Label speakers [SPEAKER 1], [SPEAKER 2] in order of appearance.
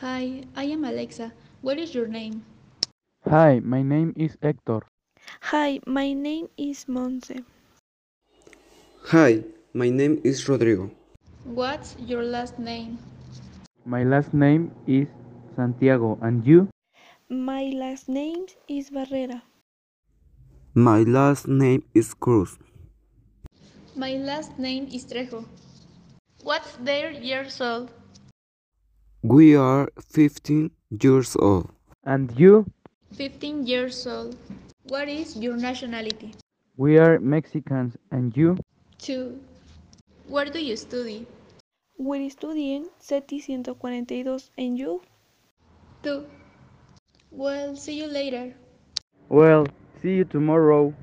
[SPEAKER 1] Hi, I am Alexa. What is your name?
[SPEAKER 2] Hi, my name is Hector.
[SPEAKER 3] Hi, my name is Monse.
[SPEAKER 4] Hi, my name is Rodrigo.
[SPEAKER 1] What's your last name?
[SPEAKER 2] My last name is Santiago, and you?
[SPEAKER 3] My last name is Barrera.
[SPEAKER 4] My last name is Cruz.
[SPEAKER 1] My last name is Trejo. What's their years old?
[SPEAKER 4] We are 15 years old.
[SPEAKER 2] And you?
[SPEAKER 1] 15 years old. What is your nationality?
[SPEAKER 2] We are Mexicans, and you?
[SPEAKER 1] 2. Where do you study?
[SPEAKER 3] We're studying SETI 142 and you?
[SPEAKER 1] 2. Well, see you later.
[SPEAKER 2] Well, see you tomorrow.